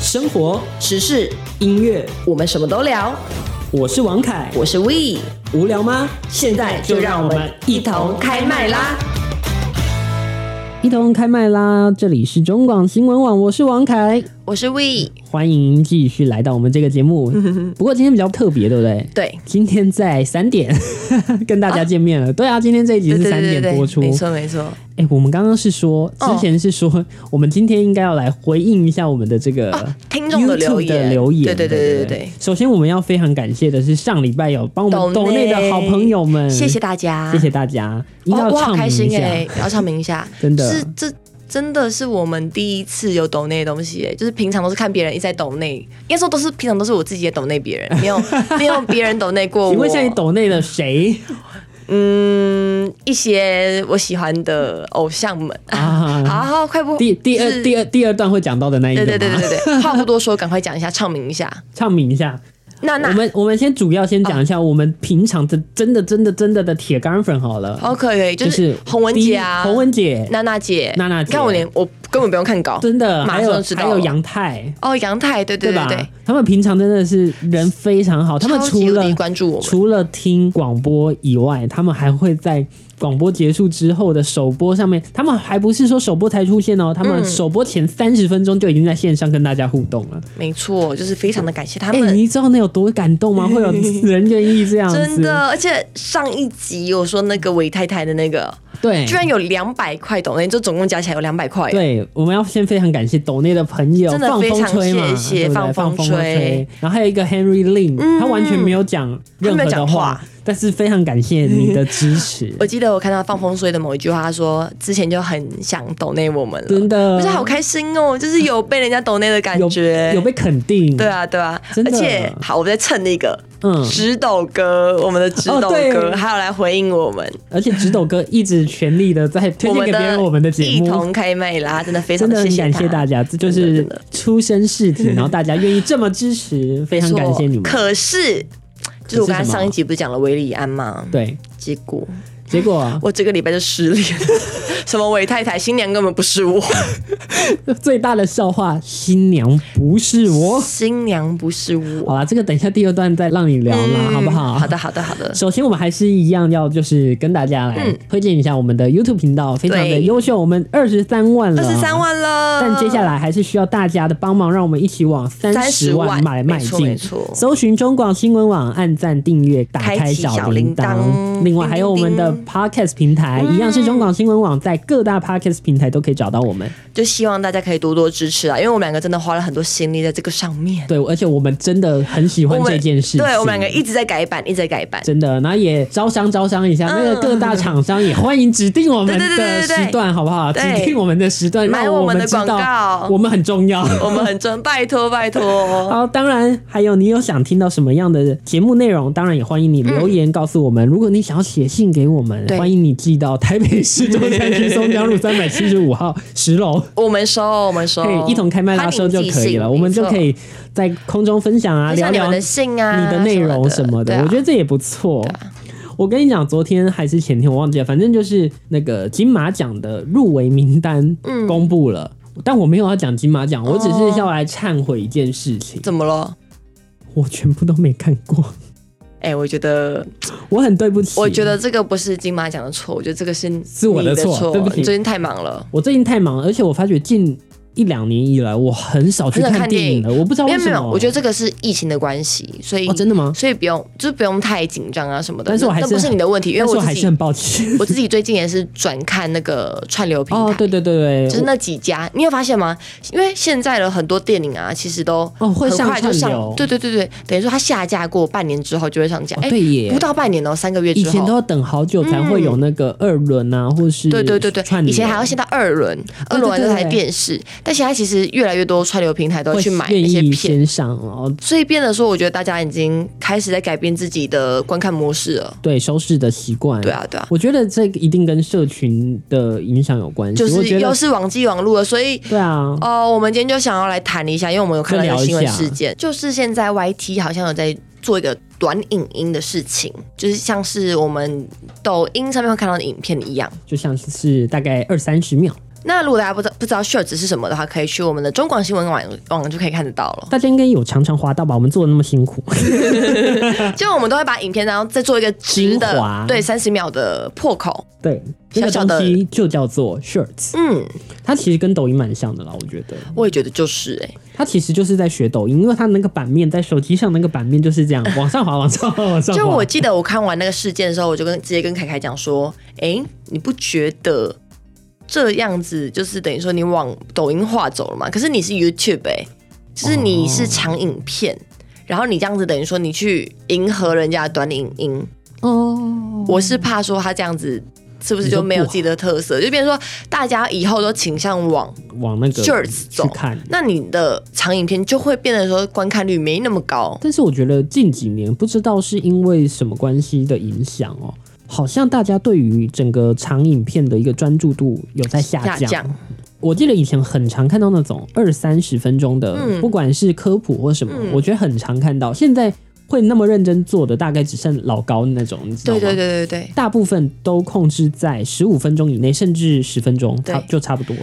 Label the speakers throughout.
Speaker 1: 生活、
Speaker 2: 时事，
Speaker 1: 音乐，
Speaker 2: 我们什么都聊。
Speaker 1: 我是王凯。
Speaker 2: 我是 We，
Speaker 1: 无聊吗？
Speaker 2: 现在就让我们一同开麦啦！
Speaker 1: 一同开麦啦！这里是中广新闻网，我是王凯，
Speaker 2: 我是 We，
Speaker 1: 欢迎继续来到我们这个节 目。不过今天比较特别，对不对？
Speaker 2: 对，
Speaker 1: 今天在三点 跟大家见面了。对啊，今天这一集
Speaker 2: 对
Speaker 1: 是
Speaker 2: 对
Speaker 1: 三
Speaker 2: 对
Speaker 1: 点
Speaker 2: 对
Speaker 1: 播
Speaker 2: 对，
Speaker 1: 出。
Speaker 2: 没错没错。
Speaker 1: 哎、我们刚刚是说，之
Speaker 2: 哦
Speaker 1: 前是说，我们今天应该要来回应一下我们的这个、
Speaker 2: 啊听众的留言
Speaker 1: 留言。
Speaker 2: 对对对对对对
Speaker 1: 首先，我们要非常感谢的是上礼拜有帮我们
Speaker 2: 抖
Speaker 1: 抖
Speaker 2: 内
Speaker 1: 内的好朋友们，
Speaker 2: 谢谢大家，
Speaker 1: 谢谢大家，应该
Speaker 2: 哦，
Speaker 1: 要
Speaker 2: 我好
Speaker 1: 唱
Speaker 2: 开
Speaker 1: 名
Speaker 2: 心
Speaker 1: 一下。
Speaker 2: 哎、要唱名一下，
Speaker 1: 真的
Speaker 2: 是这。真的是我们第一次有抖内的东西、哎，就是平常都是看别人一直在抖内，应该说都是平常都是我自己也抖内别人，没有没有别人抖内过我。
Speaker 1: 请问一下，你抖内了谁
Speaker 2: 嗯一些我喜欢的偶像们，
Speaker 1: 啊？
Speaker 2: 好好快不
Speaker 1: 第第二
Speaker 2: 哦是
Speaker 1: 第二第二段会讲到的那一个
Speaker 2: 对
Speaker 1: 吗？
Speaker 2: 对对对对对， 话不多说，赶快讲一下，唱名一下。
Speaker 1: 唱名一下。
Speaker 2: 娜
Speaker 1: 我
Speaker 2: 娜，
Speaker 1: 们我们先主要先讲一下
Speaker 2: 哦
Speaker 1: 我们平常的真的真的真的的铁杆粉好了，
Speaker 2: 好可以，
Speaker 1: 就
Speaker 2: 哦就是洪文
Speaker 1: 第一
Speaker 2: 姐啊，
Speaker 1: 洪文姐，
Speaker 2: 娜娜姐，
Speaker 1: 娜娜姐
Speaker 2: 你看我连我根本不用看稿，
Speaker 1: 真的，
Speaker 2: 马
Speaker 1: 还
Speaker 2: 上
Speaker 1: 有
Speaker 2: 就知道
Speaker 1: 还有
Speaker 2: 了
Speaker 1: 杨太，
Speaker 2: 哦，杨太，对对
Speaker 1: 吧
Speaker 2: 对对，？
Speaker 1: 他们平常真的是人非常好，他们
Speaker 2: 超级
Speaker 1: 除
Speaker 2: 无
Speaker 1: 了
Speaker 2: 敌关注我们
Speaker 1: 除了听广播以外，他们还会在广播结束之后的首播上面，他们还不是说首播才出现哦，他
Speaker 2: 嗯
Speaker 1: 们首播前三十分钟就已经在线上跟大家互动了。
Speaker 2: 没错，就是非常的感谢他
Speaker 1: 哎、
Speaker 2: 们。
Speaker 1: 你知道那有多感动吗？会有人愿意这样子，
Speaker 2: 真的，而且上一集我说那个韦太太的那个，
Speaker 1: 对
Speaker 2: 居。然有两百块抖内，就总共加起来有两百块。
Speaker 1: 哎对，我们要先非常感谢抖内的朋友，
Speaker 2: 真的
Speaker 1: 放
Speaker 2: 非
Speaker 1: 风
Speaker 2: 常
Speaker 1: 吹嘛，
Speaker 2: 谢谢
Speaker 1: 对不对
Speaker 2: 放
Speaker 1: 放风
Speaker 2: 风吹
Speaker 1: 吹。然后还有一个 Henry Lin，、他完全没有讲任何
Speaker 2: 他没有
Speaker 1: 的
Speaker 2: 讲
Speaker 1: 话
Speaker 2: 话，，
Speaker 1: 但是非常感谢你的支持
Speaker 2: 我记得我看到放风水的某一句话，他说之前就很想抖内我们了，
Speaker 1: 真的
Speaker 2: 我觉得好开心哦，就是有被人家抖内的感
Speaker 1: 嗯有
Speaker 2: 觉，
Speaker 1: 有被肯定，
Speaker 2: 对啊，对啊，
Speaker 1: 真的
Speaker 2: 而且好，我们在蹭那个
Speaker 1: 嗯
Speaker 2: 直斗哥，我们的直
Speaker 1: 哦
Speaker 2: 斗
Speaker 1: 对
Speaker 2: 哥，还有来回应我们，
Speaker 1: 而且直斗哥一直全力的在推荐
Speaker 2: 我们
Speaker 1: 给别
Speaker 2: 的
Speaker 1: 人我们的节
Speaker 2: 一
Speaker 1: 目。
Speaker 2: 同开麦啦，真的非
Speaker 1: 真
Speaker 2: 常
Speaker 1: 的
Speaker 2: 地
Speaker 1: 很
Speaker 2: 谢
Speaker 1: 感
Speaker 2: 谢
Speaker 1: 谢大
Speaker 2: 他。
Speaker 1: 家，这就
Speaker 2: 真的
Speaker 1: 是
Speaker 2: 真的
Speaker 1: 出身事 情，然后大家愿意这么支持，非常
Speaker 2: 没错
Speaker 1: 感谢你们。
Speaker 2: 可是，就是我刚才
Speaker 1: 什么
Speaker 2: 上一集不是讲了维里安吗？
Speaker 1: 对，
Speaker 2: 结果
Speaker 1: 结果
Speaker 2: 我这个礼拜就失 恋，什么韦太太新娘根本不是我，
Speaker 1: 最大的笑话，新娘不是 我。
Speaker 2: 新娘不是我。
Speaker 1: 好啦，这个等一下第二段再让你聊啦，好不好？
Speaker 2: 嗯好的，。好的，好的。
Speaker 1: 首先，我们还是啊一样要就是跟大家来推荐一下我们的 YouTube 频道，非常的
Speaker 2: 嗯对
Speaker 1: 优秀，我们二十三万了，
Speaker 2: 二十三。万了，
Speaker 1: 但接下来还是需要大家的帮忙，让我们一起往三十
Speaker 2: 30
Speaker 1: 万
Speaker 2: 万
Speaker 1: 买迈
Speaker 2: 没错
Speaker 1: 进
Speaker 2: 没。错
Speaker 1: 搜寻中广新闻网，按赞订阅，打
Speaker 2: 开
Speaker 1: 开
Speaker 2: 启小
Speaker 1: 铃
Speaker 2: 铃铛
Speaker 1: 另外还有我们的
Speaker 2: 叮
Speaker 1: Podcast 平台，一样是中广新闻网，在各大 Podcast 平台都可以找到我们。
Speaker 2: 就希望大家可以多多支持啊，因为我们两个真的花了很多心力在这个上面。
Speaker 1: 对，而且我们真的很喜欢
Speaker 2: 我们
Speaker 1: 这件事情。
Speaker 2: 对我们两个一直在改版，一直在改 版。
Speaker 1: 真的，然后也招商招商一下，那个各大厂商也欢迎指定我们
Speaker 2: 嗯对
Speaker 1: 的
Speaker 2: 对对对对
Speaker 1: 时段，好不好？指
Speaker 2: 对
Speaker 1: 定我们的时段，
Speaker 2: 买
Speaker 1: 让
Speaker 2: 我
Speaker 1: 们
Speaker 2: 们的
Speaker 1: 知道
Speaker 2: 广告
Speaker 1: 我们很重要。
Speaker 2: 我们很真，拜托拜托。
Speaker 1: 好，当然还有你有想听到什么样的节目内容，当然也欢迎你留言告诉我们。如果你想要写信给我们，
Speaker 2: 对
Speaker 1: 欢迎你寄到台北市中山区松江路三百七十五号十 楼。
Speaker 2: 我们收，我们收，
Speaker 1: 可以一同开麦拉收就可以了，我们就可以在空中分享啊，
Speaker 2: 分
Speaker 1: 聊
Speaker 2: 享你
Speaker 1: 聊
Speaker 2: 们的信啊
Speaker 1: 你的内容什么
Speaker 2: 什么的对
Speaker 1: 的，
Speaker 2: 啊
Speaker 1: 我觉得这也不错
Speaker 2: 啊。
Speaker 1: 我跟你讲，昨天还是前天，我忘记了，反正就是那个金马奖的入围名单
Speaker 2: 嗯
Speaker 1: 公布了，但我没有要讲金马奖，我只
Speaker 2: 哦
Speaker 1: 是要来忏悔一件事情，
Speaker 2: 怎么了？
Speaker 1: 我全部都没看过，
Speaker 2: 哎、我觉得，
Speaker 1: 我很对不起。
Speaker 2: 我觉得这个不是金马奖的错，我觉得这个是是
Speaker 1: 是我的
Speaker 2: 的
Speaker 1: 错对不起
Speaker 2: 你最近太忙了，
Speaker 1: 我最近太忙了，而且我发觉近一两年以来，我很少去
Speaker 2: 很少
Speaker 1: 看
Speaker 2: 看
Speaker 1: 电影了，我不知道
Speaker 2: 没
Speaker 1: 为
Speaker 2: 有
Speaker 1: 什
Speaker 2: 没
Speaker 1: 么。
Speaker 2: 有，我觉得这个是疫情的关系，所以、
Speaker 1: 哦，真的吗？
Speaker 2: 所以不用，就是不用太紧张啊什么的。
Speaker 1: 但是我还
Speaker 2: 那
Speaker 1: 是
Speaker 2: 那不是你的问题，因为
Speaker 1: 但是
Speaker 2: 我
Speaker 1: 我还
Speaker 2: 自
Speaker 1: 是
Speaker 2: 己
Speaker 1: 很抱歉。
Speaker 2: 我自己最近也是转看那个串流平台，
Speaker 1: 哦，对对对对，
Speaker 2: 就是那几家，你有发现吗？因为现在的很多电影啊，其实都
Speaker 1: 哦会
Speaker 2: 很
Speaker 1: 上
Speaker 2: 快就
Speaker 1: 串
Speaker 2: 上，
Speaker 1: 流
Speaker 2: 对对对对，等于说它下架过半年之后就会上架，
Speaker 1: 哦
Speaker 2: 哎、
Speaker 1: 对耶
Speaker 2: 不到半年哦，三个月
Speaker 1: 以
Speaker 2: 之
Speaker 1: 前都
Speaker 2: 后。
Speaker 1: 要等好久才会有那个二轮啊，或是
Speaker 2: 嗯对对对对
Speaker 1: 串，流
Speaker 2: 以前还要先到二轮，
Speaker 1: 对
Speaker 2: 二
Speaker 1: 对
Speaker 2: 轮完这台
Speaker 1: 对
Speaker 2: 电视，但现在其实越来越多串流平台都要去买
Speaker 1: 会
Speaker 2: 那些
Speaker 1: 愿意
Speaker 2: 片，
Speaker 1: 先上哦。
Speaker 2: 所以变得说，我觉得大家已经开始在改变自己的观看模式了。
Speaker 1: 对收视的习惯，
Speaker 2: 对啊，对啊，
Speaker 1: 我觉得这个一定跟社群的影响有关系。
Speaker 2: 就
Speaker 1: 我
Speaker 2: 是
Speaker 1: 觉
Speaker 2: 又
Speaker 1: 得
Speaker 2: 是网际网路了，所以
Speaker 1: 对啊，
Speaker 2: 哦，我们今天就想要来谈一下，因为我们有看到一个新闻事件，就是现在 YT 好像有在做一个短影音的事情，就是像是我们抖音上面会看到的影片一样。
Speaker 1: 就像是大概二三十秒，
Speaker 2: 那如果大家不知道不知道 shirts 是什么的话，可以去我们的中广新闻网网就可以看得到 了。
Speaker 1: 大家应该有常常滑到吧？我们做的那么辛苦，
Speaker 2: 就我们都会把影片，然后再做一个直
Speaker 1: 精
Speaker 2: 的
Speaker 1: 华，
Speaker 2: 对，三十秒的破口。
Speaker 1: 对，这个
Speaker 2: 小小
Speaker 1: 东
Speaker 2: 的
Speaker 1: 西就叫做 shirts，
Speaker 2: 嗯，
Speaker 1: 它其实跟抖音蛮像的啦，我觉得。
Speaker 2: 我也觉得就是哎、
Speaker 1: 它其实就是在学抖音，因为它那个版面在手机上那个版面就是这样，往上滑，往上滑，往上滑。
Speaker 2: 就我记得我看完那个事件的时候，我就跟直接跟凯凯讲说，哎、你不觉得这样子就是等于说你往抖音化走了嘛？可是你是 YouTube 哎、就是
Speaker 1: 哦
Speaker 2: 你是长影片。然后你这样子等于说你去迎合人家的短影音，
Speaker 1: 哦，
Speaker 2: 我是怕说他这样子是不是
Speaker 1: 你说
Speaker 2: 就没有
Speaker 1: 不好
Speaker 2: 自己的特色，就变成说大家以后都倾向往
Speaker 1: 往那个
Speaker 2: shirts
Speaker 1: 去
Speaker 2: 走
Speaker 1: 看。
Speaker 2: 那你的长影片就会变得说观看率没那么高。
Speaker 1: 但是我觉得近几年不知道是因为什么关系的影响哦，好像大家对于整个长影片的一个专注度有在下
Speaker 2: 下
Speaker 1: 降。
Speaker 2: 降，
Speaker 1: 我记得以前很常看到那种二三十分钟的，
Speaker 2: 嗯
Speaker 1: 不管是科普或什么，
Speaker 2: 嗯
Speaker 1: 我觉得很常看到。现在会那么认真做的，大概只剩老高那种，你知道
Speaker 2: 对
Speaker 1: 吗？
Speaker 2: 对对对对，
Speaker 1: 大部分都控制在十五分钟以内，甚至十分钟，
Speaker 2: 对
Speaker 1: 差就差不多了。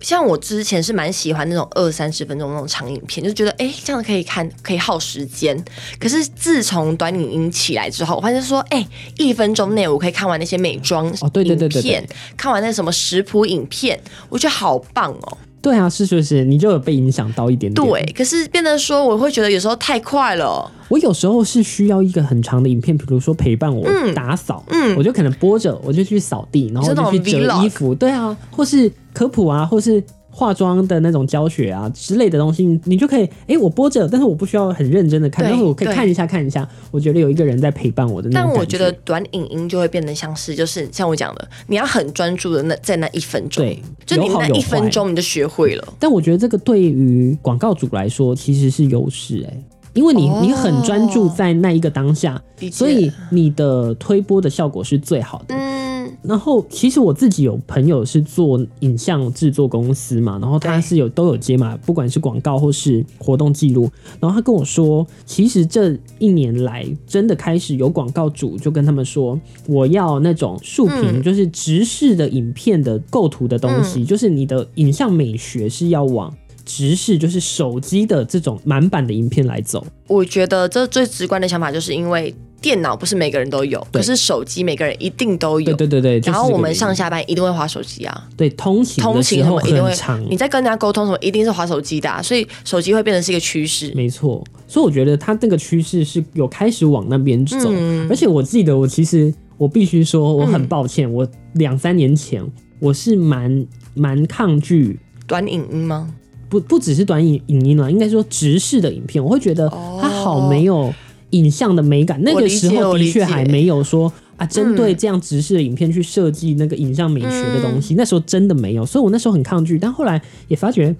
Speaker 2: 像我之前是蛮喜欢那种二三十分钟那种长影片，就觉得哎、诶这样可以看，可以耗时间。可是自从短影音起来之后，我发现说，哎、一分钟内我可以看完那些美妆
Speaker 1: 哦对对对对对
Speaker 2: 影片，看完那什么食谱影片，我觉得好棒哦。
Speaker 1: 对啊，是是是，你就有被影响到一点点。
Speaker 2: 对，，可是变得说，我会觉得有时候太快了哦、
Speaker 1: 我有时候是需要一个很长的影片，比如说陪伴我打扫，
Speaker 2: 嗯
Speaker 1: 我就可能播着，我就去扫地，然后
Speaker 2: 你说那
Speaker 1: 就
Speaker 2: 种
Speaker 1: 去折
Speaker 2: vlog
Speaker 1: 衣服，对啊，或是科普啊，或是化妆的那种教学啊之类的东西，你你就可以，诶，我播着，但是我不需要很认真的看，
Speaker 2: 对
Speaker 1: 但是我可以
Speaker 2: 对
Speaker 1: 看一下看一下，我觉得有一个人在陪伴我的那
Speaker 2: 但
Speaker 1: 种
Speaker 2: 我
Speaker 1: 感
Speaker 2: 觉得短影音就会变得像是，就是像我讲的，你要很专注的那在那一分钟，
Speaker 1: 对
Speaker 2: 就你
Speaker 1: 有好
Speaker 2: 那
Speaker 1: 有
Speaker 2: 一分
Speaker 1: 坏
Speaker 2: 钟你就学会了，
Speaker 1: 但我觉得这个对于广告主来说其实是优势哎、因为你
Speaker 2: 哦
Speaker 1: 你很专注在那一个当下，
Speaker 2: 理解
Speaker 1: 所以你的推播的效果是最好的。
Speaker 2: 嗯，
Speaker 1: 然后其实我自己有朋友是做影像制作公司嘛，然后他
Speaker 2: 对
Speaker 1: 是有都有接嘛，不管是广告或是活动记录。然后他跟我说，其实这一年来真的开始有广告主就跟他们说，我要那种竖屏，
Speaker 2: 嗯
Speaker 1: 就是直视的影片的构图的东西，就是你的影像美学是要往。直视就是手机的这种满版的影片来走，
Speaker 2: 我觉得这最直观的想法就是因为电脑不是每个人都有，可
Speaker 1: 对
Speaker 2: 是手机每个人一定都有。
Speaker 1: 对对对对。就是
Speaker 2: 然后
Speaker 1: 这个
Speaker 2: 我们
Speaker 1: 原因
Speaker 2: 上下班一定会划手机啊，
Speaker 1: 对通勤
Speaker 2: 通
Speaker 1: 的
Speaker 2: 勤
Speaker 1: 时
Speaker 2: 什
Speaker 1: 候
Speaker 2: 么一定会
Speaker 1: 很长，，
Speaker 2: 你在跟人家沟通什么一定是划手机的、啊，所以手机会变成是一个趋势。
Speaker 1: 没错，所以我觉得它这个趋势是有开始往那边走，
Speaker 2: 嗯
Speaker 1: 而且我记得我其实我必须说我很抱
Speaker 2: 嗯
Speaker 1: 歉，我两三年前我是蛮蛮抗拒。
Speaker 2: 短影音 吗？
Speaker 1: 不不只是短影影音啦，应该说直视的影片，我会觉得
Speaker 2: 哦
Speaker 1: 它好没有影像的美感。那
Speaker 2: 我
Speaker 1: 个
Speaker 2: 理解
Speaker 1: 时候
Speaker 2: 我
Speaker 1: 的
Speaker 2: 理
Speaker 1: 确
Speaker 2: 解嗯
Speaker 1: 还没有说啊，针对这样直视的影片去设计那个影像美学的东西，那时候真的没有，所以我那时候很抗拒。但后来也发觉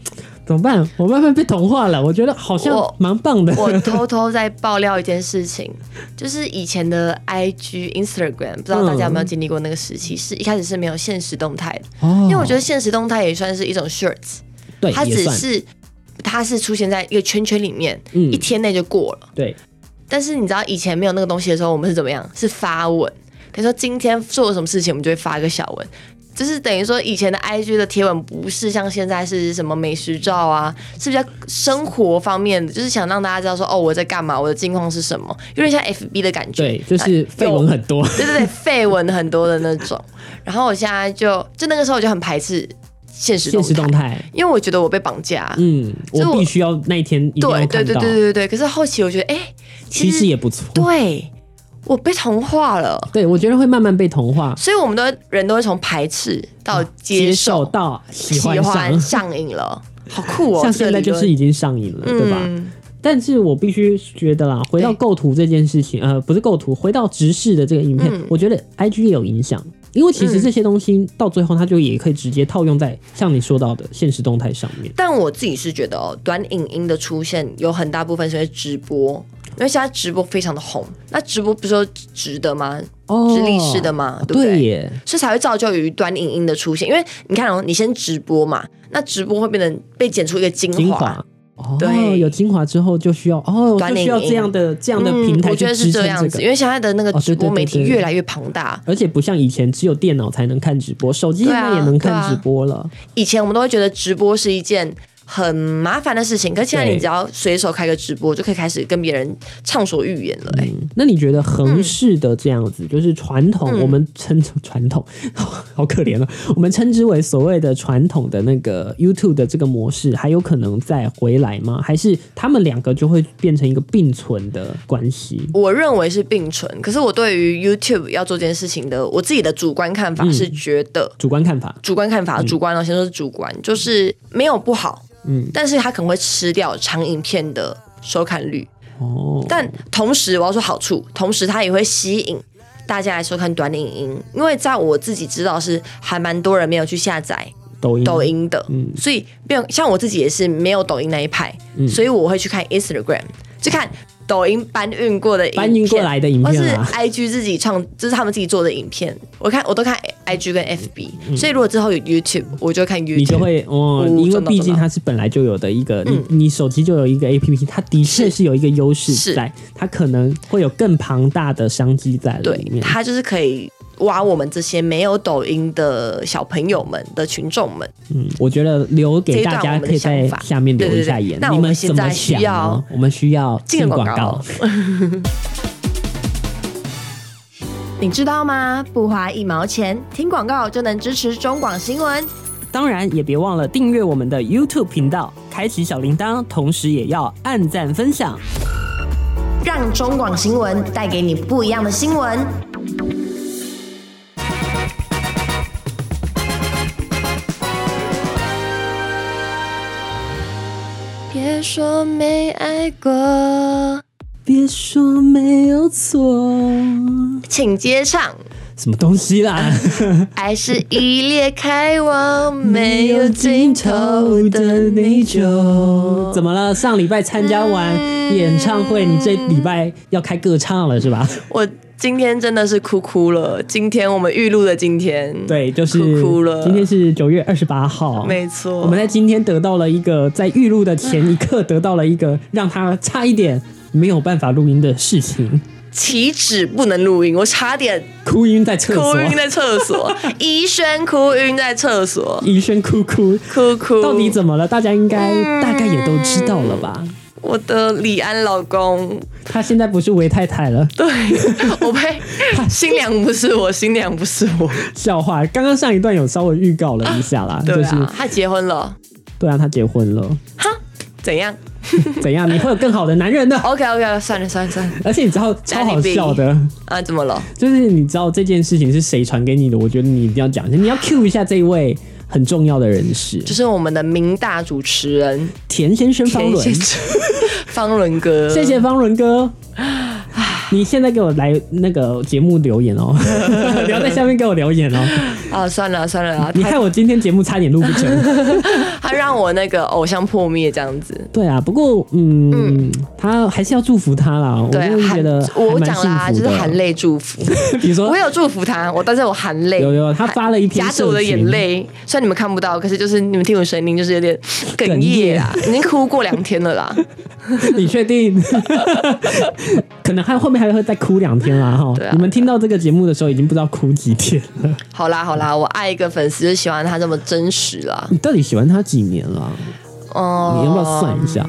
Speaker 1: 怎么办，我慢慢被同化了，我觉得好像
Speaker 2: 我
Speaker 1: 蛮棒的。
Speaker 2: 我偷偷在爆料一件事情，就是以前的 IG、Instagram，不知道大家有没有经历过那个时期，是一开始是没有现实动态的，
Speaker 1: 哦
Speaker 2: 因为我觉得现实动态也算是一种 shorts，
Speaker 1: 对，
Speaker 2: 它
Speaker 1: 也
Speaker 2: 只
Speaker 1: 算
Speaker 2: 是它是出现在一个圈圈里面，
Speaker 1: 嗯
Speaker 2: 一天内就过了。
Speaker 1: 对，
Speaker 2: 但是你知道以前没有那个东西的时候，我们是怎么样？是发文，等于说今天做了什么事情，我们就会发一个小文。就是等于说，以前的 IG 的贴文不是像现在是什么美食照啊，是比较生活方面的，就是想让大家知道说，哦，我在干嘛，我的近况是什么，有点像 FB 的感觉。
Speaker 1: 对，就是绯闻很多。
Speaker 2: 对对对，绯闻很多的那种。然后我现在就，就那个时候我就很排斥现实
Speaker 1: 现
Speaker 2: 动
Speaker 1: 实动
Speaker 2: 态，
Speaker 1: 态，
Speaker 2: 因为我觉得我被绑架。
Speaker 1: 嗯，
Speaker 2: 是
Speaker 1: 我
Speaker 2: 我
Speaker 1: 必须要那一天一定要
Speaker 2: 对
Speaker 1: 看到。
Speaker 2: 对对对对对对。可是后期我觉得，哎、
Speaker 1: 其实也不错。
Speaker 2: 对我被同化了。
Speaker 1: 对，我觉得会慢慢被同化，
Speaker 2: 所以我们都人都会从排斥到接
Speaker 1: 哦接
Speaker 2: 受、
Speaker 1: 受到喜
Speaker 2: 喜
Speaker 1: 欢上
Speaker 2: 欢，上瘾了，好酷哦！
Speaker 1: 像现在
Speaker 2: 这
Speaker 1: 就
Speaker 2: 个
Speaker 1: 是
Speaker 2: 理
Speaker 1: 已经上瘾了，
Speaker 2: 论
Speaker 1: 对吧？
Speaker 2: 嗯
Speaker 1: 但是我必须觉得啦，回到
Speaker 2: 对
Speaker 1: 构图这件事情，呃，不是构图，回到直视的这个影片，我觉得 I G 也有影响。因为其实
Speaker 2: 嗯
Speaker 1: 这些东西到最后，它就也可以直接套用在像你说到的现实动态上面。
Speaker 2: 但我自己是觉得哦，短影音的出现有很大部分是因为直播，因为现在直播非常的红。那直播不是说直的吗？
Speaker 1: 哦啊
Speaker 2: 直立式的嘛对不对
Speaker 1: 对耶，
Speaker 2: 所以才会造就于短影音的出现。因为你看哦，你先直播嘛，那直播会变成被剪出一个精华，
Speaker 1: 精华。哦，
Speaker 2: 对
Speaker 1: 有精华之后就需要哦，
Speaker 2: 短
Speaker 1: 就
Speaker 2: 影
Speaker 1: 需要
Speaker 2: 音
Speaker 1: 这样的这样的平
Speaker 2: 嗯，
Speaker 1: 台
Speaker 2: 我
Speaker 1: 去
Speaker 2: 觉得
Speaker 1: 支
Speaker 2: 是
Speaker 1: 撑
Speaker 2: 这样
Speaker 1: 这
Speaker 2: 子，
Speaker 1: 个。
Speaker 2: 因为现在的那个
Speaker 1: 哦
Speaker 2: 直
Speaker 1: 对对
Speaker 2: 播
Speaker 1: 对
Speaker 2: 媒体
Speaker 1: 对
Speaker 2: 越来越庞大，
Speaker 1: 而且不像以前只有电脑才能看直播，手机现
Speaker 2: 对啊
Speaker 1: 在也能
Speaker 2: 对啊
Speaker 1: 看直播了。
Speaker 2: 以前我们都会觉得直播是一件很麻烦的事情，可现在
Speaker 1: 对
Speaker 2: 你只要随手开个直播，就可以开始跟别人畅所欲言了、哎、
Speaker 1: 嗯那你觉得横式的这样子，就是传统，
Speaker 2: 嗯
Speaker 1: 我们称传统， 好可怜哦，我们称之为所谓的传统的那个 YouTube 的这个模式，还有可能再回来吗？还是他们两个就会变成一个并存的关系？
Speaker 2: 我认为是并存，可是我对于 YouTube 要做这件事情的，我自己的主观看法是觉得，
Speaker 1: 主观看法，
Speaker 2: 主观看法，主观哦，先说是主观，就是没有不好，
Speaker 1: 嗯，
Speaker 2: 但是它可能会吃掉长影片的收看率，
Speaker 1: 哦，
Speaker 2: 但同时我要说好处，同时它也会吸引大家来收看短影音，因为在我自己知道是还蛮多人没有去下载
Speaker 1: 抖音，
Speaker 2: 抖，音的，
Speaker 1: 嗯
Speaker 2: 所以没有像我自己也是没有抖音那一派，
Speaker 1: 嗯
Speaker 2: 所以我会去看 Instagram，去看抖音搬运过的影片
Speaker 1: 搬运过来的影
Speaker 2: 或
Speaker 1: 片
Speaker 2: 是
Speaker 1: 啊，
Speaker 2: IG 自己创，就是他们自己做的影片，我看我都看 IG 跟 FB，、所以如果之后有 YouTube，我就会看 YouTube。
Speaker 1: 嗯你就会哦，
Speaker 2: 嗯
Speaker 1: 因为
Speaker 2: 真的
Speaker 1: 毕
Speaker 2: 真
Speaker 1: 竟
Speaker 2: 的
Speaker 1: 它是本来就有的一个，
Speaker 2: 嗯
Speaker 1: 你你手机就有一个 A P P，它的确是有一个优势
Speaker 2: 是
Speaker 1: 在，它可能会有更庞大的商机在里
Speaker 2: 对，
Speaker 1: 面。
Speaker 2: 它就是可以挖我们这些没有抖音的小朋友们的群众们。
Speaker 1: 嗯，我觉得留给大
Speaker 2: 这一段
Speaker 1: 家
Speaker 2: 我们
Speaker 1: 可
Speaker 2: 的
Speaker 1: 以
Speaker 2: 想
Speaker 1: 在
Speaker 2: 法
Speaker 1: 下面留一下言，
Speaker 2: 对对对那我
Speaker 1: 你
Speaker 2: 们
Speaker 1: 们
Speaker 2: 现
Speaker 1: 怎么
Speaker 2: 在需
Speaker 1: 想
Speaker 2: 要
Speaker 1: 呢？我们需要
Speaker 2: 进
Speaker 1: 进
Speaker 2: 广
Speaker 1: 广
Speaker 2: 告
Speaker 1: 告，
Speaker 2: 你知道吗？不花一毛钱，听广告就能支持中广新闻。
Speaker 1: 当然也别忘了订阅我们的 YouTube 频道，开启小铃铛，同时也要按赞分享。
Speaker 2: 让中广新闻带给你不一样的新闻。别说没爱过，
Speaker 1: 别说没有错，
Speaker 2: 请接唱。
Speaker 1: 什么东西啦？
Speaker 2: 爱是一列开往没有尽头的那种。
Speaker 1: 怎么了？上礼拜参加完演唱会，你这礼拜要开歌唱了是吧？
Speaker 2: 我今天真的是哭哭了。今天我们预录的今天，，
Speaker 1: 对，就是
Speaker 2: 哭哭了
Speaker 1: 今天是九月二十八号，
Speaker 2: 没错，
Speaker 1: 我们在今天得到了一个在预录的前一刻得到了一个让他差一点没有办法录音的事 情，
Speaker 2: 岂止不能录音，我差点
Speaker 1: 哭晕在厕所
Speaker 2: 哭，晕在厕所， 医生哭晕在厕所，
Speaker 1: 医生哭哭。
Speaker 2: 哭哭。
Speaker 1: 到底怎么了？大家应该大概也都知道了吧？
Speaker 2: 我的李安老公，
Speaker 1: 他现在不是韦太太了，
Speaker 2: 对 我 被新娘不是我，新娘不是我，
Speaker 1: 笑话。刚刚上一段有稍微预告了一下啦，
Speaker 2: 对
Speaker 1: 就是
Speaker 2: 啊，他结婚了，
Speaker 1: 对啊，他结婚 了，
Speaker 2: 怎样
Speaker 1: 怎样？你会有更好的男人的。
Speaker 2: ？OK OK，算了算了算了，
Speaker 1: 而且你知道超好笑的，
Speaker 2: 啊，怎么了？
Speaker 1: 就是你知道这件事情是谁传给你的？我觉得你一定要讲一下，你要 cue 一下这一位很重要的人士，
Speaker 2: 就是我们的明大主持人
Speaker 1: 田先生方
Speaker 2: 田
Speaker 1: 伦
Speaker 2: 先。 生方伦哥，
Speaker 1: 谢谢方伦 哥。你现在给我来那个节目留言 哦，你要在下面给我留言哦。
Speaker 2: 啊，算了算了啦，
Speaker 1: 你
Speaker 2: 他
Speaker 1: 看我今天节目差点录不成。
Speaker 2: 他让我那个偶像破灭这样子，
Speaker 1: 对啊，不过嗯，他还是要祝福他啦。我
Speaker 2: 对
Speaker 1: 就，是觉
Speaker 2: 含
Speaker 1: 得
Speaker 2: 我
Speaker 1: 还蛮
Speaker 2: 讲啦，
Speaker 1: 幸福
Speaker 2: 就是
Speaker 1: 的
Speaker 2: 含 泪祝福，
Speaker 1: 比如说
Speaker 2: 我有祝福他，我但是我含泪，
Speaker 1: 有有，他发了一篇
Speaker 2: 夹着我的
Speaker 1: 社群
Speaker 2: 眼，泪，虽然你们看不到，可是就是你们听我声音，就是有点哽
Speaker 1: 哽
Speaker 2: 咽
Speaker 1: 咽
Speaker 2: 啊，已经哭过两天了啦。
Speaker 1: 你确定？可能还后面还会再哭两天啦哈
Speaker 2: 对啊。
Speaker 1: 你们听到这个节目的时候，已经不知道哭几天了。
Speaker 2: 好啦好啦，我爱一个粉丝，就喜欢他这么真实啦。
Speaker 1: 你到底喜欢他几年了？
Speaker 2: 哦、
Speaker 1: 你要不要算一下？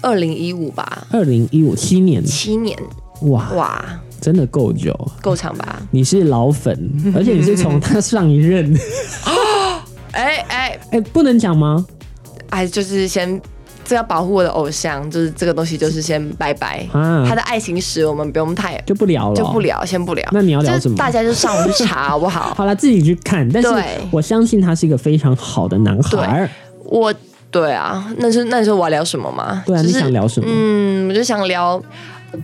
Speaker 2: 二零一五吧，
Speaker 1: 二零一五七年，
Speaker 2: 七年，
Speaker 1: 哇，
Speaker 2: 哇，
Speaker 1: 真的够久。
Speaker 2: 够长吧？
Speaker 1: 你是老粉， 而且你是从他上一任，
Speaker 2: 哎哎
Speaker 1: 哎、不能讲吗？
Speaker 2: 哎，就是先。这要保护我的偶像，就是这个东西，就是先拜拜。
Speaker 1: 啊
Speaker 2: 他的爱情史我们不用太
Speaker 1: 就不聊了，
Speaker 2: 就不。聊，先不聊。
Speaker 1: 那你要聊
Speaker 2: 就是
Speaker 1: 什么
Speaker 2: 大家就上网去查好不好？
Speaker 1: 好了，自己去看。但是
Speaker 2: 对
Speaker 1: 我相信他是一个非常好的男孩。
Speaker 2: 我对啊，那是那你说我要聊什么吗？嗯
Speaker 1: 对啊，
Speaker 2: 就
Speaker 1: 你
Speaker 2: 是
Speaker 1: 想聊什么？
Speaker 2: 嗯，我就想聊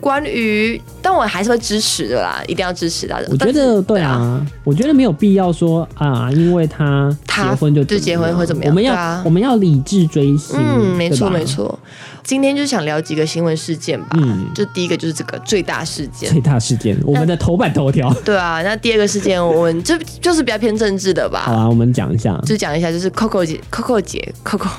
Speaker 2: 关于，但我还是会支持的啦，一定要支持的。
Speaker 1: 我觉
Speaker 2: 但
Speaker 1: 得
Speaker 2: 是
Speaker 1: 对，啊，我觉得没有必要说啊，因为他结
Speaker 2: 他
Speaker 1: 婚就
Speaker 2: 就结婚会怎么样
Speaker 1: 我们要、
Speaker 2: 对啊
Speaker 1: 我们要理智追星，
Speaker 2: 嗯，没错
Speaker 1: 对吧
Speaker 2: 没，错。今天就想聊几个新闻事件吧，
Speaker 1: 嗯
Speaker 2: 就第一个就是这个最大事件。
Speaker 1: 最大事件，我们的头版头 条。
Speaker 2: 对啊，那第二个事件我们就就是比较偏政治的
Speaker 1: 好
Speaker 2: 吧，
Speaker 1: 啊，我们讲一下。
Speaker 2: 就讲一下，就是 Coco 姐，Coco 姐，Coco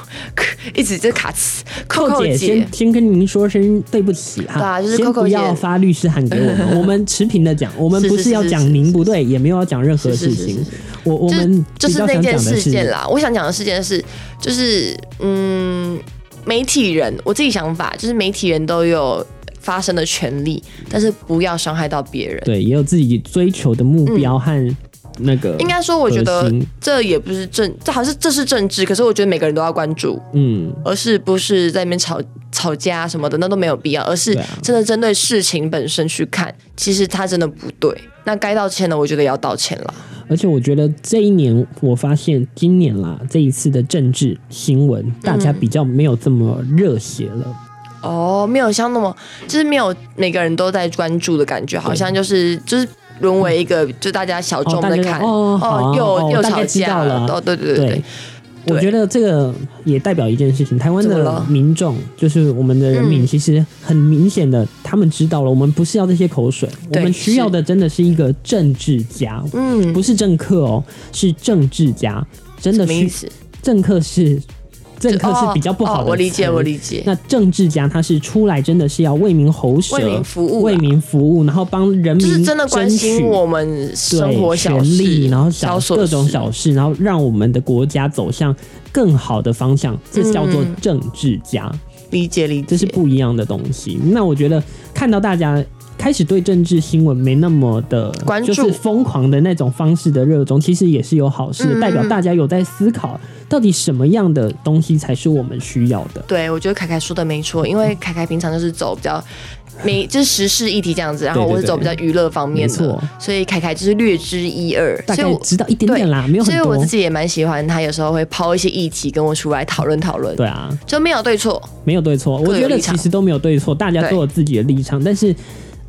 Speaker 2: 一直就卡词，Coco
Speaker 1: 姐，先先跟您说声对不起哈，
Speaker 2: 对啊就是
Speaker 1: 先
Speaker 2: Coco
Speaker 1: 不要
Speaker 2: 姐
Speaker 1: 发律师函给我 们，我们持平的讲，我们
Speaker 2: 是
Speaker 1: 不
Speaker 2: 是
Speaker 1: 是
Speaker 2: 是
Speaker 1: 要
Speaker 2: 是
Speaker 1: 讲
Speaker 2: 是
Speaker 1: 您不对，也没有要讲任何
Speaker 2: 是
Speaker 1: 事
Speaker 2: 是是
Speaker 1: 情
Speaker 2: 是，
Speaker 1: 我我
Speaker 2: 就是
Speaker 1: 们
Speaker 2: 就
Speaker 1: 比
Speaker 2: 是
Speaker 1: 较
Speaker 2: 那
Speaker 1: 想
Speaker 2: 件
Speaker 1: 讲的
Speaker 2: 事件
Speaker 1: 是，
Speaker 2: 啦。我想讲的事件是，就是嗯，媒体人我自己想法就是媒体人都有发声的权利，但是不要伤害到别人。
Speaker 1: 对，也有自己追求的目标和那个，
Speaker 2: 嗯应该说，我觉
Speaker 1: 核
Speaker 2: 得
Speaker 1: 心
Speaker 2: 这也不是政，这好像是这是政治，可是我觉得每个人都要关注，
Speaker 1: 嗯，
Speaker 2: 而是不是在那边吵吵架什么的，那都没有必要，而是
Speaker 1: 对啊
Speaker 2: 真的针对事情本身去看，其实他真的不对，那该道歉的，我觉得也要道歉了。
Speaker 1: 而且我觉得这一年，我发现今年啦，这一次的政治新闻，大家比较没有这么热血了。
Speaker 2: 哦，没有像那么，就是没有每个人都在关注的感觉，好像就是就是沦为一个就大家小众
Speaker 1: 哦大
Speaker 2: 在
Speaker 1: 家
Speaker 2: 看，
Speaker 1: 哦好啊
Speaker 2: 又、
Speaker 1: 哦
Speaker 2: 又
Speaker 1: 大
Speaker 2: 吵
Speaker 1: 概知
Speaker 2: 架
Speaker 1: 道了
Speaker 2: 哦，对对对对，对
Speaker 1: 我觉得这个也代表一件事情，台湾
Speaker 2: 怎么
Speaker 1: 的
Speaker 2: 了
Speaker 1: 民众，就是我们的人民，
Speaker 2: 嗯
Speaker 1: 其实很明显的，他们知道了，我们不是要这些口水，我
Speaker 2: 对
Speaker 1: 们需要的真的是一个政治家，
Speaker 2: 嗯，
Speaker 1: 不是政客哦，是政治家，真
Speaker 2: 什
Speaker 1: 的
Speaker 2: 么
Speaker 1: 是
Speaker 2: 意思？
Speaker 1: 政客是政客是比较不好的
Speaker 2: 哦哦，我理解
Speaker 1: 词
Speaker 2: 我理解，
Speaker 1: 那政治家他是出来真的是要为民喉舌，
Speaker 2: 为民服务啊
Speaker 1: 为民服务，然后帮人民
Speaker 2: 就是真的关
Speaker 1: 争
Speaker 2: 心
Speaker 1: 取
Speaker 2: 我们
Speaker 1: 对
Speaker 2: 生活小
Speaker 1: 权利，
Speaker 2: 事，
Speaker 1: 然后
Speaker 2: 小
Speaker 1: 小
Speaker 2: 琐
Speaker 1: 各种
Speaker 2: 事
Speaker 1: 小事，然后让我们的国家走向更好的方向，
Speaker 2: 嗯
Speaker 1: 这叫做政治家，
Speaker 2: 理解理解，
Speaker 1: 这是不一样的东西。那我觉得看到大家。开始对政治新闻没那么的
Speaker 2: 关注
Speaker 1: 就是疯狂的那种方式的热衷，其实也是有好事的，
Speaker 2: 嗯
Speaker 1: 代表
Speaker 2: 嗯
Speaker 1: 大家有在思考到底什么样的东西才是我们需要的。
Speaker 2: 对，我觉得凯凯说的没错，因为凯凯平常就是走比较没就是时事议题这样子，然后
Speaker 1: 对对
Speaker 2: 我是走比较娱乐方面
Speaker 1: 没
Speaker 2: 的
Speaker 1: 错，
Speaker 2: 所以凯凯就是略知一二，
Speaker 1: 大
Speaker 2: 所以
Speaker 1: 概
Speaker 2: 我。
Speaker 1: 知道一点点啦，没有
Speaker 2: 所
Speaker 1: 很
Speaker 2: 以我
Speaker 1: 多
Speaker 2: 自。己也蛮喜欢他，有时候会抛一些议题跟我出来讨论讨论，
Speaker 1: 对啊，
Speaker 2: 就没有对错，
Speaker 1: 没有对错，
Speaker 2: 各有
Speaker 1: 我觉得
Speaker 2: 立场
Speaker 1: 其实都没有对错，大家都有自己的立场，但是。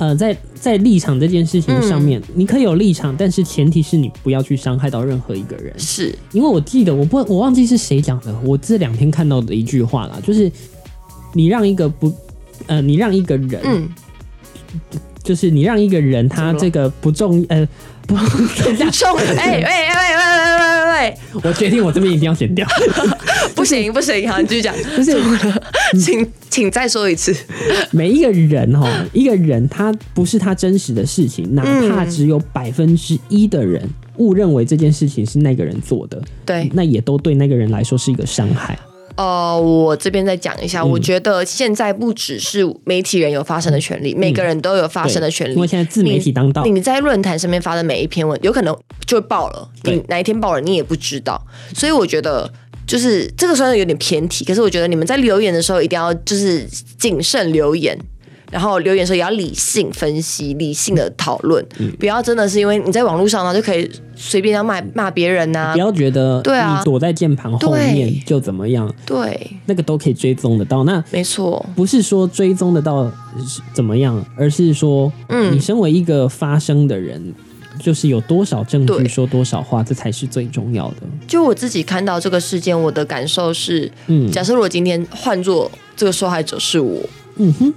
Speaker 1: 呃，在在立场这件事情上面，
Speaker 2: 嗯
Speaker 1: 你可以有立场，但是前提是你不要去伤害到任何一个人。
Speaker 2: 是
Speaker 1: 因为我记得，我不我忘记是谁讲的，我这两天看到的一句话啦，就是你让一个不呃，你让一个人，
Speaker 2: 嗯，
Speaker 1: 就是你让一个人他
Speaker 2: 怎么了
Speaker 1: 这个不重呃不， 等一下，
Speaker 2: 冲！哎喂哎喂喂喂喂
Speaker 1: 我决定我这边一定要剪 掉，
Speaker 2: 喂，不行不行，好，你继续讲，
Speaker 1: 就是
Speaker 2: 请请再说一次，
Speaker 1: 每一个人哈，一个人他不是他真实的事情，哪怕只有百分之一的人误认为这件事情是那个人做的，
Speaker 2: 对，
Speaker 1: 那也都对那个人来说是一个伤害。
Speaker 2: 呃，我这边再讲一下，
Speaker 1: 嗯
Speaker 2: 我觉得现在不只是媒体人有发声的权利，每个人都有发声的权利
Speaker 1: 嗯因为。现在自媒体当道，
Speaker 2: 你在论坛上面发的每一篇文，有可能就会爆了。
Speaker 1: 对
Speaker 2: 你哪一天爆了，你也不知道。所以我觉得，就是这个虽然有点偏题，可是我觉得你们在留言的时候一定要就是谨慎留言。然后留言的时候也要理性分析、理性的讨论，
Speaker 1: 嗯
Speaker 2: 不要真的是因为你在网络上呢就可以随便要骂骂别人啊呐、
Speaker 1: 不要觉得
Speaker 2: 对啊
Speaker 1: 你躲在键盘后面
Speaker 2: 对
Speaker 1: 就怎么样，
Speaker 2: 对，
Speaker 1: 那个都可以追踪得到。那
Speaker 2: 没错，
Speaker 1: 不是说追踪得到是怎么样，而是说，
Speaker 2: 嗯
Speaker 1: 你身为一个发声的人，就是有多少证
Speaker 2: 对
Speaker 1: 据说多少话，这才是最重要的。
Speaker 2: 就我自己看到这个事件，我的感受是，
Speaker 1: 嗯
Speaker 2: 假设如果今天换做这个受害者是我，
Speaker 1: 嗯哼。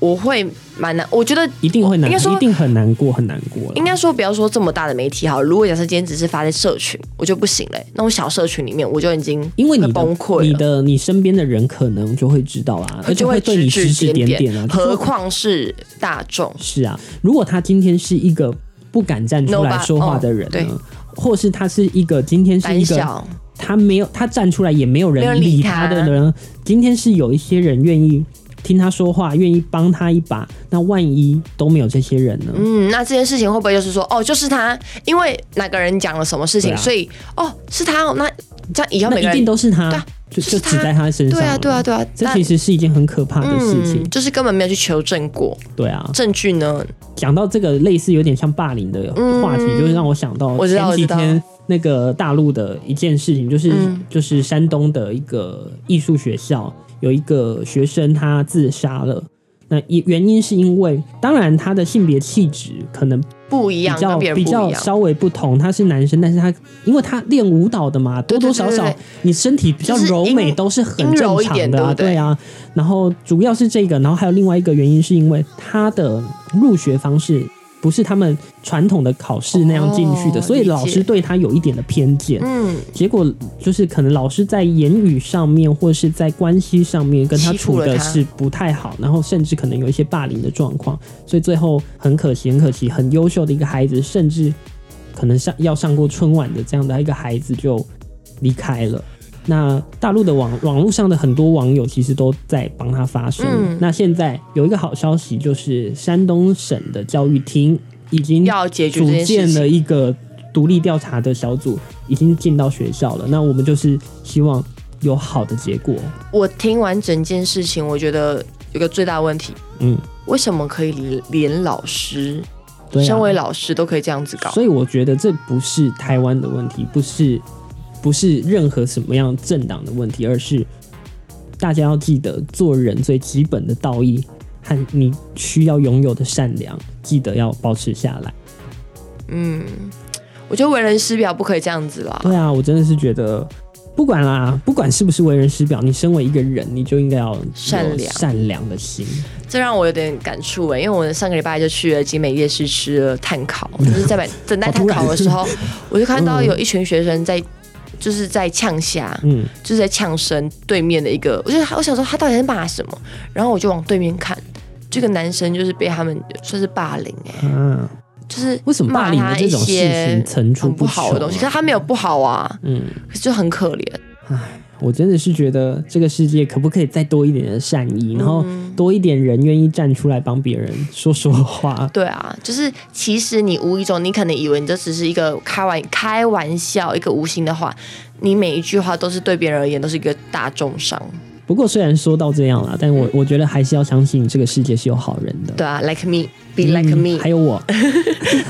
Speaker 2: 我会蛮难。我觉得
Speaker 1: 一定会难，
Speaker 2: 应该说
Speaker 1: 一定很难过，很难过了。
Speaker 2: 应该说不要说这么大的媒体好了，如果假设今天只是发在社群，我就不行嘞、那种小社群里面，我就已经
Speaker 1: 因为你的
Speaker 2: 会崩溃了
Speaker 1: 你的你身边的人可能就会知道啊啦，而且
Speaker 2: 就
Speaker 1: 会
Speaker 2: 会
Speaker 1: 对你指指点点啊。
Speaker 2: 何
Speaker 1: 就说
Speaker 2: 况是大众，
Speaker 1: 是啊，如果他今天是一个不敢站出来
Speaker 2: Nobody-
Speaker 1: 说话的人
Speaker 2: 哦对
Speaker 1: 呢，或是他是一个今天是
Speaker 2: 胆
Speaker 1: 一个
Speaker 2: 小，
Speaker 1: 他没有他站出来也没有
Speaker 2: 没有
Speaker 1: 人
Speaker 2: 理
Speaker 1: 理
Speaker 2: 他
Speaker 1: 他的人，今天是有一些人愿意听他说话，愿意帮他一把，那万一都没有这些人呢？
Speaker 2: 嗯，那这件事情会不会就是说，哦，就是他，因为哪个人讲了什么事情，
Speaker 1: 对啊
Speaker 2: 所以哦是他哦，那这样以后
Speaker 1: 那
Speaker 2: 每个
Speaker 1: 一定
Speaker 2: 人
Speaker 1: 都是他
Speaker 2: 对啊，
Speaker 1: 就是就
Speaker 2: 他
Speaker 1: 指在他身上
Speaker 2: 对啊
Speaker 1: 了
Speaker 2: 对啊对啊，
Speaker 1: 这
Speaker 2: 那
Speaker 1: 其实是一件很可怕的事情
Speaker 2: 嗯，。就是根本没有去求证过，
Speaker 1: 对啊，
Speaker 2: 证据呢？
Speaker 1: 讲到这个类似有点像霸凌的话题，
Speaker 2: 嗯
Speaker 1: 就是让我想到
Speaker 2: 我知道
Speaker 1: 前几
Speaker 2: 我知
Speaker 1: 天那个大陆的一件事情，就是、
Speaker 2: 嗯
Speaker 1: 就是山东的一个艺术学校有一个学生他自杀了，那一原因是因为，当然他的性别气质可能
Speaker 2: 不一
Speaker 1: 比
Speaker 2: 样，
Speaker 1: 较
Speaker 2: 跟别人
Speaker 1: 比
Speaker 2: 不一
Speaker 1: 较
Speaker 2: 样。
Speaker 1: 稍微不同，他是男生，但是他因为他练舞蹈的嘛，多
Speaker 2: 对
Speaker 1: 多少
Speaker 2: 对
Speaker 1: 少
Speaker 2: 对
Speaker 1: 你身体比较
Speaker 2: 就是
Speaker 1: 柔
Speaker 2: 阴
Speaker 1: 美都是很
Speaker 2: 阴柔
Speaker 1: 正
Speaker 2: 一点
Speaker 1: 常的啊，
Speaker 2: 对不对
Speaker 1: 对啊。然后主要是这个，然后还有另外一个原因是因为他的入学方式。不是他们传统的考试那样进去的，
Speaker 2: 哦
Speaker 1: 所以
Speaker 2: 理
Speaker 1: 老
Speaker 2: 解
Speaker 1: 师对他有一点的偏见。
Speaker 2: 嗯，
Speaker 1: 结果就是可能老师在言语上面，或是在关系上面跟他
Speaker 2: 欺负
Speaker 1: 处
Speaker 2: 了
Speaker 1: 的
Speaker 2: 他
Speaker 1: 是不太好，然后甚至可能有一些霸凌的状况，所以最后很可惜，很可惜，很优秀的一个孩子，甚至可能上要上过春晚的这样的一个孩子就离开了。那大陆的网网络上的很多网友其实都在帮他发声。
Speaker 2: 嗯
Speaker 1: 那现在有一个好消息，就是山东省的教育厅已经
Speaker 2: 要解决
Speaker 1: 组
Speaker 2: 这件事
Speaker 1: 建
Speaker 2: 情。
Speaker 1: 了一个独立调查的小组，已经进到学校了。那我们就是希望有好的结果。
Speaker 2: 我听完整件事情，我觉得有个最大问题，
Speaker 1: 嗯，
Speaker 2: 为什么可以连连老师，
Speaker 1: 对、啊，
Speaker 2: 身为老师都可以这样子搞？
Speaker 1: 所以我觉得这不是台湾的问题，不是不是任何什么样政党的问题，而是大家要记得做人最基本的道义和你需要拥有的善良，记得要保持下来。
Speaker 2: 嗯，我觉得为人师表不可以这样子啦。
Speaker 1: 对啊，我真的是觉得。不管啦，不管是不是为人师表，你身为一个人，你就应该要有
Speaker 2: 善良
Speaker 1: 善良的心。
Speaker 2: 这让我有点感触哎，因为我上个礼拜就去了集美夜市吃了炭烤，
Speaker 1: 啊
Speaker 2: 就是在买等待炭烤的时候，我就看到有一群学生在。就是在呛虾，
Speaker 1: 嗯，
Speaker 2: 就是在呛声对面的一个，我就我想说他到底在骂什么，然后我就往对面看，这个男生就是被他们算是霸凌哎、
Speaker 1: 啊，
Speaker 2: 就是
Speaker 1: 为什么霸凌的这种事情层出
Speaker 2: 很不
Speaker 1: 穷、啊
Speaker 2: 好的东西，可是他没有不好啊，
Speaker 1: 嗯，
Speaker 2: 可是就很可怜。
Speaker 1: 我真的是觉得这个世界可不可以再多一点的善意，然后
Speaker 2: 嗯
Speaker 1: 多一点人愿意站出来帮别人说说话。
Speaker 2: 对啊，就是其实你无意中，你可能以为你这只是一个开玩开玩笑，一个无心的话，你每一句话都是对别人而言都是一个大重伤，
Speaker 1: 不过虽然说到这样啦，但我我觉得还是要相信这个世界是有好人的。
Speaker 2: 对啊，like me，be like
Speaker 1: 嗯
Speaker 2: me，、
Speaker 1: 还有我。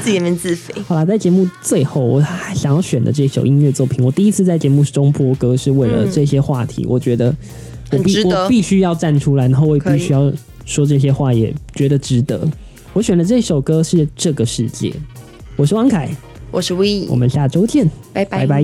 Speaker 2: 自己面自肥。
Speaker 1: 好啦，在节目最后，我还想要选的这首音乐作品，我第一次在节目中播歌，是为了这些话题，我觉得我
Speaker 2: 很
Speaker 1: 必
Speaker 2: 值得
Speaker 1: 我必须要站出来，然后我也
Speaker 2: 可以
Speaker 1: 必须要说这些话，也觉得值得。我选的这首歌是《这个世界》，我是汪凯，
Speaker 2: 我是 We，
Speaker 1: 我们下周见，
Speaker 2: 拜拜
Speaker 1: 拜拜